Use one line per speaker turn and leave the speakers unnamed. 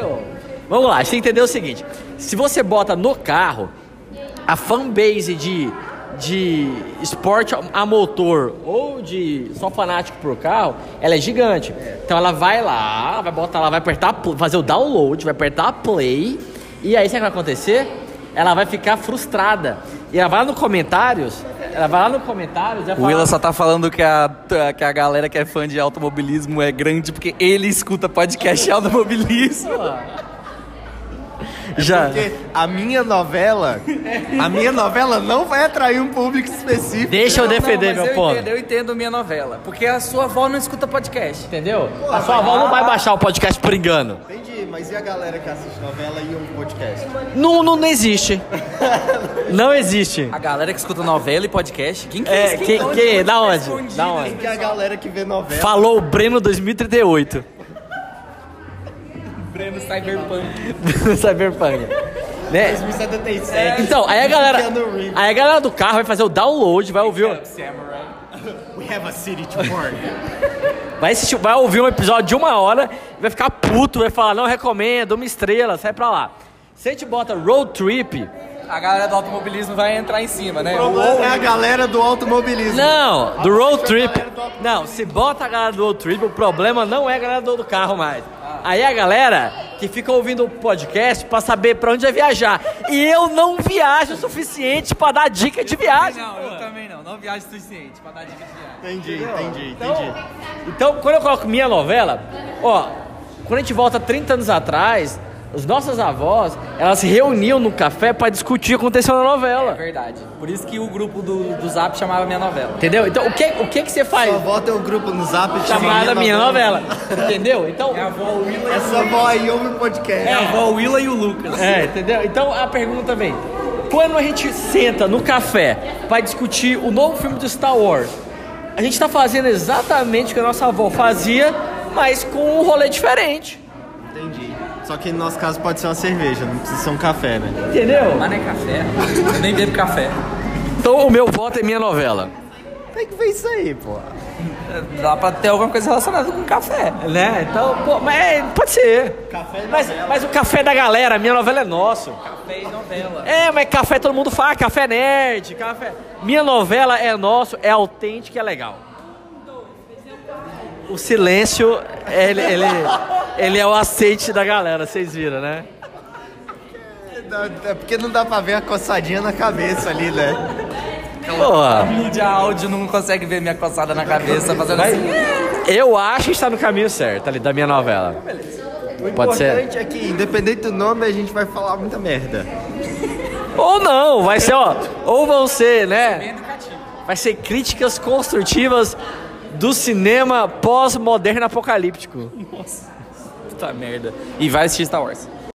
Então, Vamos lá, a gente tem que entender o seguinte: se você bota no carro a fanbase de, de esporte a motor ou de só fanático por carro, ela é gigante. Então ela vai lá, vai botar lá, vai apertar, pl- fazer o download, vai apertar play, e aí sabe o que vai acontecer? Ela vai ficar frustrada. E ela vai lá no comentários, ela vai lá no comentários e vai
O Willa
falar-
só tá falando que a, que a galera que é fã de automobilismo é grande porque ele escuta podcast de automobilismo. Já.
Porque a minha novela, a minha novela não vai atrair um público específico.
Deixa eu
Não,
defender
mas eu
meu ponto.
Entendo, eu entendo minha novela. Porque a sua avó não escuta podcast.
Entendeu? a sua avó não vai baixar o podcast por engano.
Entendi, mas e a galera que assiste novela e um podcast?
Não, não, não existe. não existe.
A galera que escuta novela e podcast, quem que
É,
esse?
quem-
tá onde?
quem- da
tá
onde?
escondido
Da onde?
esse
E a galera que vê novela.
Falou o Breno 2038.
Breno Cyberpunk.
Cyberpunk. Né?
2077.
Então, aí a galera.
é
Aí a galera do carro vai fazer o download, vai ouvir.
É,
o-
We have a city to burn.
Vai, assistir, vai ouvir um episódio de uma hora, vai ficar puto, vai falar, não recomendo, uma estrela, sai pra lá. Se a gente bota road trip.
A galera do automobilismo vai entrar em cima, né?
O problema é a galera do automobilismo.
Não, do road trip. Não, se bota a galera do road trip, o problema não é a galera do, do carro mais. Aí a galera que fica ouvindo o podcast pra saber pra onde vai viajar. E eu não viajo o suficiente pra dar dica de viagem.
Não,
pô.
eu também não. Não viajo o suficiente pra dar dica de viagem.
Entendi, entendi,
Então,
entendi.
então, quando eu coloco minha novela, ó, quando a gente volta 30 anos atrás, as nossas avós, elas se reuniam no café pra discutir o que aconteceu na
É
novela.
verdade. Por isso que o grupo do, do Zap chamava minha novela.
Entendeu? Então, o que, o que, que você faz?
Sua avó tem um grupo no zap
Chamada Minha Novela. Entendeu? Então,
Minha avó Willa
Essa avó aí ouve o podcast.
É.
avó Willa e o Lucas.
É, entendeu? Então a pergunta vem: quando a gente senta no café para discutir o novo filme do Star Wars, a gente tá fazendo exatamente o que a nossa avó fazia, mas com um rolê diferente.
Entendi. Só que no nosso caso pode ser uma cerveja, não precisa ser um café, né?
Entendeu?
Mas não é café. Eu nem bebo café.
Então o meu voto é minha novela.
Tem que ver isso aí, pô.
Dá pra ter alguma coisa relacionada com café.
Né? Então, pô, mas é, pode ser.
Café e
mas,
novela.
mas o café da galera, a minha novela é nosso.
Café e novela.
É, mas café todo mundo fala, café nerd, café. Minha novela é nosso, é autêntica e é legal. O silêncio, ele, ele, ele é o aceite da galera, vocês viram, né?
É porque não dá pra ver a coçadinha na cabeça ali, né?
A
Pô,
mídia áudio não consegue ver minha coçada na cabeça fazendo assim.
eu acho que está no caminho certo ali da minha novela. Pode
O
ser?
importante é que, independente do nome, a gente vai falar muita merda.
Ou não, vai ser, ó. Ou vão ser, né?
Bem educativo.
Vai ser críticas construtivas do cinema pós-moderno apocalíptico.
Puta merda. E vai assistir Star Wars.